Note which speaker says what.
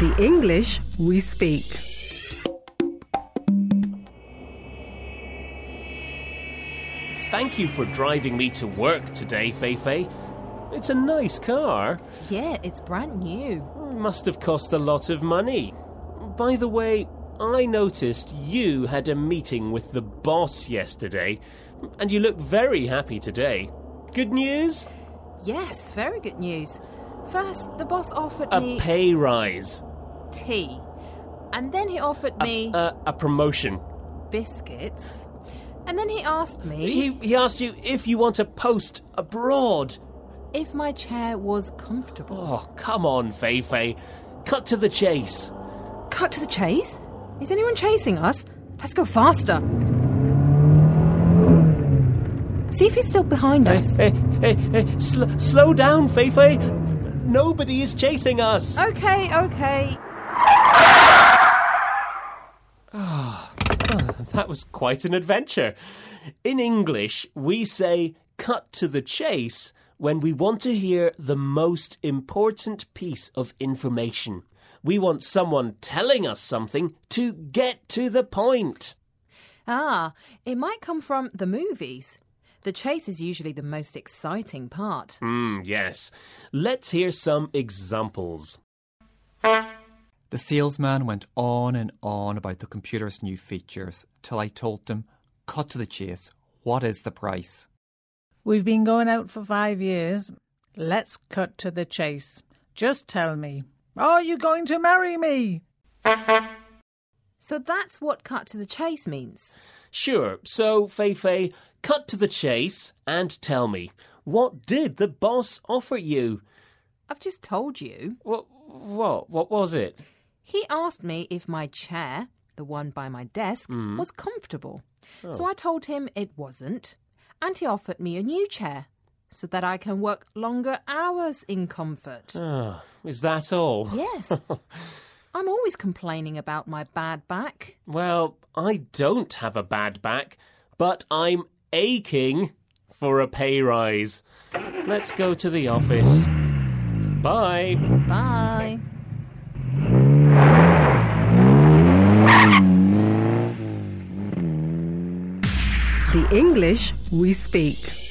Speaker 1: The English we speak.
Speaker 2: Thank you for driving me to work today, Feifei. It's a nice car.
Speaker 3: Yeah, it's brand new.
Speaker 2: Must have cost a lot of money. By the way, I noticed you had a meeting with the boss yesterday, and you look very happy today. Good news?
Speaker 3: Yes, very good news. First, the boss offered
Speaker 2: A
Speaker 3: me
Speaker 2: pay rise.
Speaker 3: tea, and then he offered
Speaker 2: A-
Speaker 3: me
Speaker 2: a, Uh, a promotion.
Speaker 3: biscuits, and then he asked me
Speaker 2: He, he asked you if you want a post abroad.
Speaker 3: if my chair was comfortable.
Speaker 2: Oh, come on, Feifei. Cut to the chase. Oh.
Speaker 3: Cut to the chase? Is anyone chasing us? Let's go faster. See if he's still behind us.
Speaker 2: Hey, hey, hey, sl- slow down, Feifei. Nobody is chasing us.
Speaker 3: Oh. Okay, okay.
Speaker 2: That was quite an adventure. In English, we say cut to the chase when we want to hear the most important piece of information. We want someone telling us something to get to the point.
Speaker 3: Ah, it might come from the movies. The chase is usually the most exciting part.
Speaker 2: Hmm, yes. Let's hear some examples.
Speaker 4: The salesman went on and on about the computer's new features till I told him, cut to the chase, what is the price?
Speaker 5: We've been going out for five years. Let's cut to the chase. Just tell me, are you going to marry me?
Speaker 3: So that's what cut to the chase means.
Speaker 2: Sure, so, Feifei, cut to the chase and tell me, what did the boss offer you?
Speaker 3: I've just told you.
Speaker 2: What, what, what was it?
Speaker 3: He asked me if my chair, the one by my desk, was comfortable. So I told him it wasn't, and he offered me a new chair so that I can work longer hours in comfort.
Speaker 2: Ah, is that all?
Speaker 3: Yes. I'm always complaining about my bad back.
Speaker 2: Well, I don't have a bad back, but I'm aching for a pay rise. Let's go to the office. Bye.
Speaker 3: Bye.
Speaker 1: The English we speak.